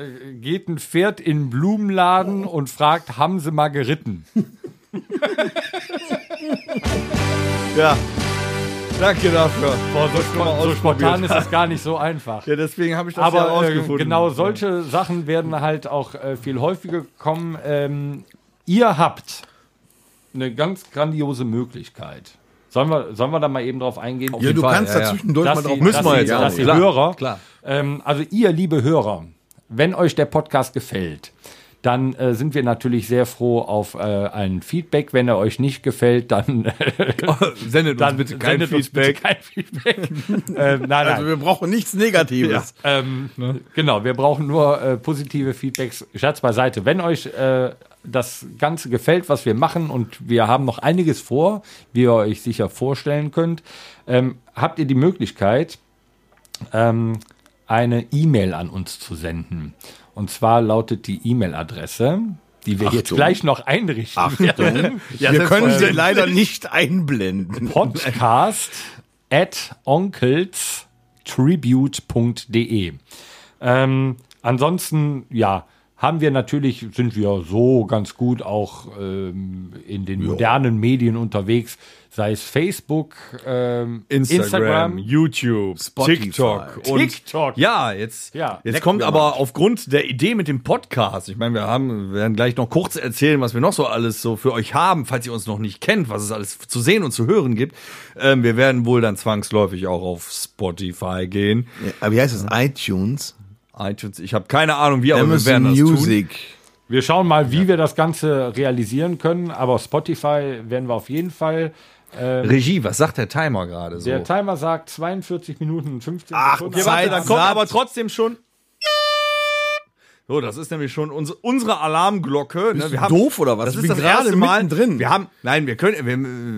geht ein Pferd in einen Blumenladen und fragt, haben sie mal geritten? Ja. Danke dafür. Boah, so, schon mal spo- so spontan ist es gar nicht so einfach. Ja, deswegen habe ich das ja Aber äh, rausgefunden. genau solche Sachen werden halt auch äh, viel häufiger kommen. Ähm, ihr habt eine ganz grandiose Möglichkeit. Sollen wir, sollen wir da mal eben drauf eingehen? Ja, du Fall, kannst ja, da ja. zwischendurch mal drauf. dass wir die- jetzt ja. dass die Klar, Hörer, klar. Ähm, also ihr, liebe Hörer, wenn euch der Podcast gefällt, dann äh, sind wir natürlich sehr froh auf äh, ein Feedback. Wenn er euch nicht gefällt, dann, äh, Sendet dann uns bitte kein sendet uns bitte Feedback. kein Feedback. ähm, nein, nein. Also wir brauchen nichts Negatives. Ähm, Genau, wir brauchen nur äh, positive Feedbacks. Scherz beiseite. Wenn euch äh, das Ganze gefällt, was wir machen, und wir haben noch einiges vor, wie ihr euch sicher vorstellen könnt, ähm, habt ihr die Möglichkeit, ähm, eine E-Mail an uns zu senden. Und zwar lautet die E-Mail-Adresse, die wir jetzt Achtung. gleich noch einrichten werden. wir können sie leider nicht einblenden. Podcast at onkelstribute.de. Ähm, ansonsten, ja, haben wir natürlich, sind wir so ganz gut auch ähm, in den modernen Medien unterwegs, sei es Facebook, ähm, Instagram, Instagram YouTube, Spotify. TikTok und TikTok. ja, jetzt, Ja. jetzt Leck kommt mir aber aufgrund der Idee mit dem Podcast. Ich meine, wir haben, werden gleich noch kurz erzählen, was wir noch so alles so für euch haben, falls ihr uns noch nicht kennt, was es alles zu sehen und zu hören gibt. Ähm, wir werden wohl dann zwangsläufig auch auf Spotify gehen. Aber wie heißt das? iTunes? iTunes, ich habe keine Ahnung, wie, aber wir Amazon werden das tun. Music. Wir schauen mal, wie wir das Ganze realisieren können, aber Spotify werden wir auf jeden Fall. Regie, was sagt der Timer gerade so? Der Timer sagt 42 Minuten und 15 Ach, Sekunden. Zeit Warte, da kommt satt. aber trotzdem schon. So, das ist nämlich schon unsere, unsere Alarmglocke. Ne? du doof oder was? Das Ich ist bin das gerade erste Mal. mittendrin. Wir haben, nein, wir können,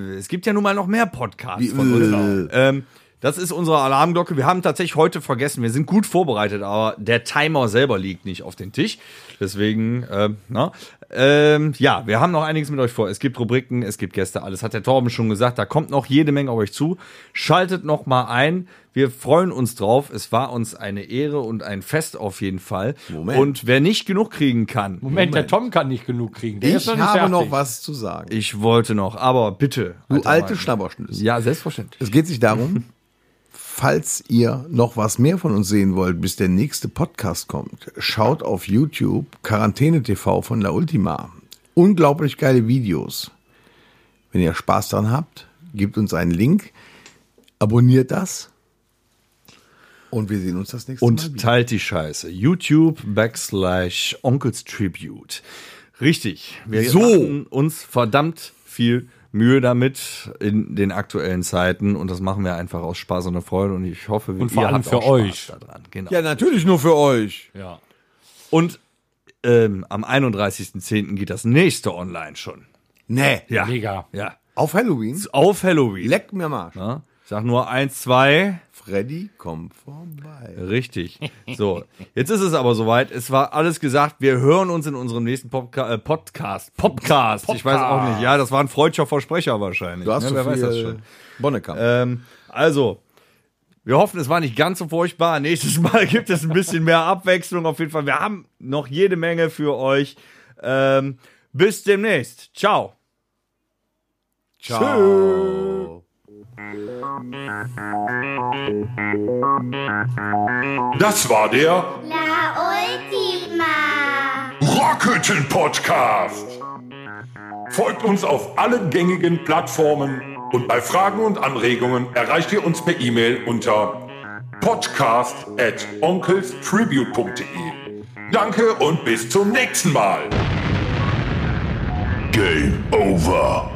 wir, es gibt ja nun mal noch mehr Podcasts Wie, von äh. uns. Ähm, das ist unsere Alarmglocke. Wir haben tatsächlich heute vergessen, wir sind gut vorbereitet, aber der Timer selber liegt nicht auf den Tisch. Deswegen, ähm, na, ähm, ja, wir haben noch einiges mit euch vor. Es gibt Rubriken, es gibt Gäste, alles hat der Torben schon gesagt. Da kommt noch jede Menge auf euch zu. Schaltet noch mal ein. Wir freuen uns drauf. Es war uns eine Ehre und ein Fest auf jeden Fall. Moment. Und wer nicht genug kriegen kann, Moment, der Tom kann nicht genug kriegen. Der ist Ich noch nicht habe fertig. noch was zu sagen. ich wollte noch, aber bitte. Du alte Mann. Schnabberschnüsse. Ja, selbstverständlich. Es geht sich darum, falls ihr noch was mehr von uns sehen wollt, bis der nächste Podcast kommt, schaut auf YouTube Quarantäne TV von La Ultima. Unglaublich geile Videos. Wenn ihr Spaß daran habt, gebt uns einen Link, abonniert das und wir sehen uns das nächste Mal. Und teilt die Scheiße. YouTube backslash Onkels Tribute. Richtig. Wir So. machen uns verdammt viel Mühe damit in den aktuellen Zeiten und das machen wir einfach aus Spaß und der Freude und ich hoffe, wir Und vor allem für euch. Spaß daran. Genau. natürlich nur für euch. Ja. Und ähm, am 31.10. geht das nächste online schon. Nee, Ja. Mega. Ja. auf Halloween. Auf Halloween. Leck mir Marsch. Ja. Ich sag nur eins, zwei. Freddy, komm vorbei. Richtig. So, jetzt ist es aber soweit. Es war alles gesagt. Wir hören uns in unserem nächsten Popca äh, Podcast. Podcast. Ich weiß auch nicht. Ja, das war ein freudscher Versprecher wahrscheinlich. Du hast ne? so Wer viel weiß das schon. Bonnekamp. Ähm, also, wir hoffen, es war nicht ganz so furchtbar. Nächstes Mal gibt es ein bisschen mehr Abwechslung auf jeden Fall. Wir haben noch jede Menge für euch. Ähm, bis demnächst. Ciao. Ciao. Das war der La última. Rock Markhütten-Podcast. Folgt uns auf allen gängigen Plattformen und bei Fragen und Anregungen erreicht ihr uns per E-Mail unter podcast at onkelstribute.de. Danke und bis zum nächsten Mal. Game over.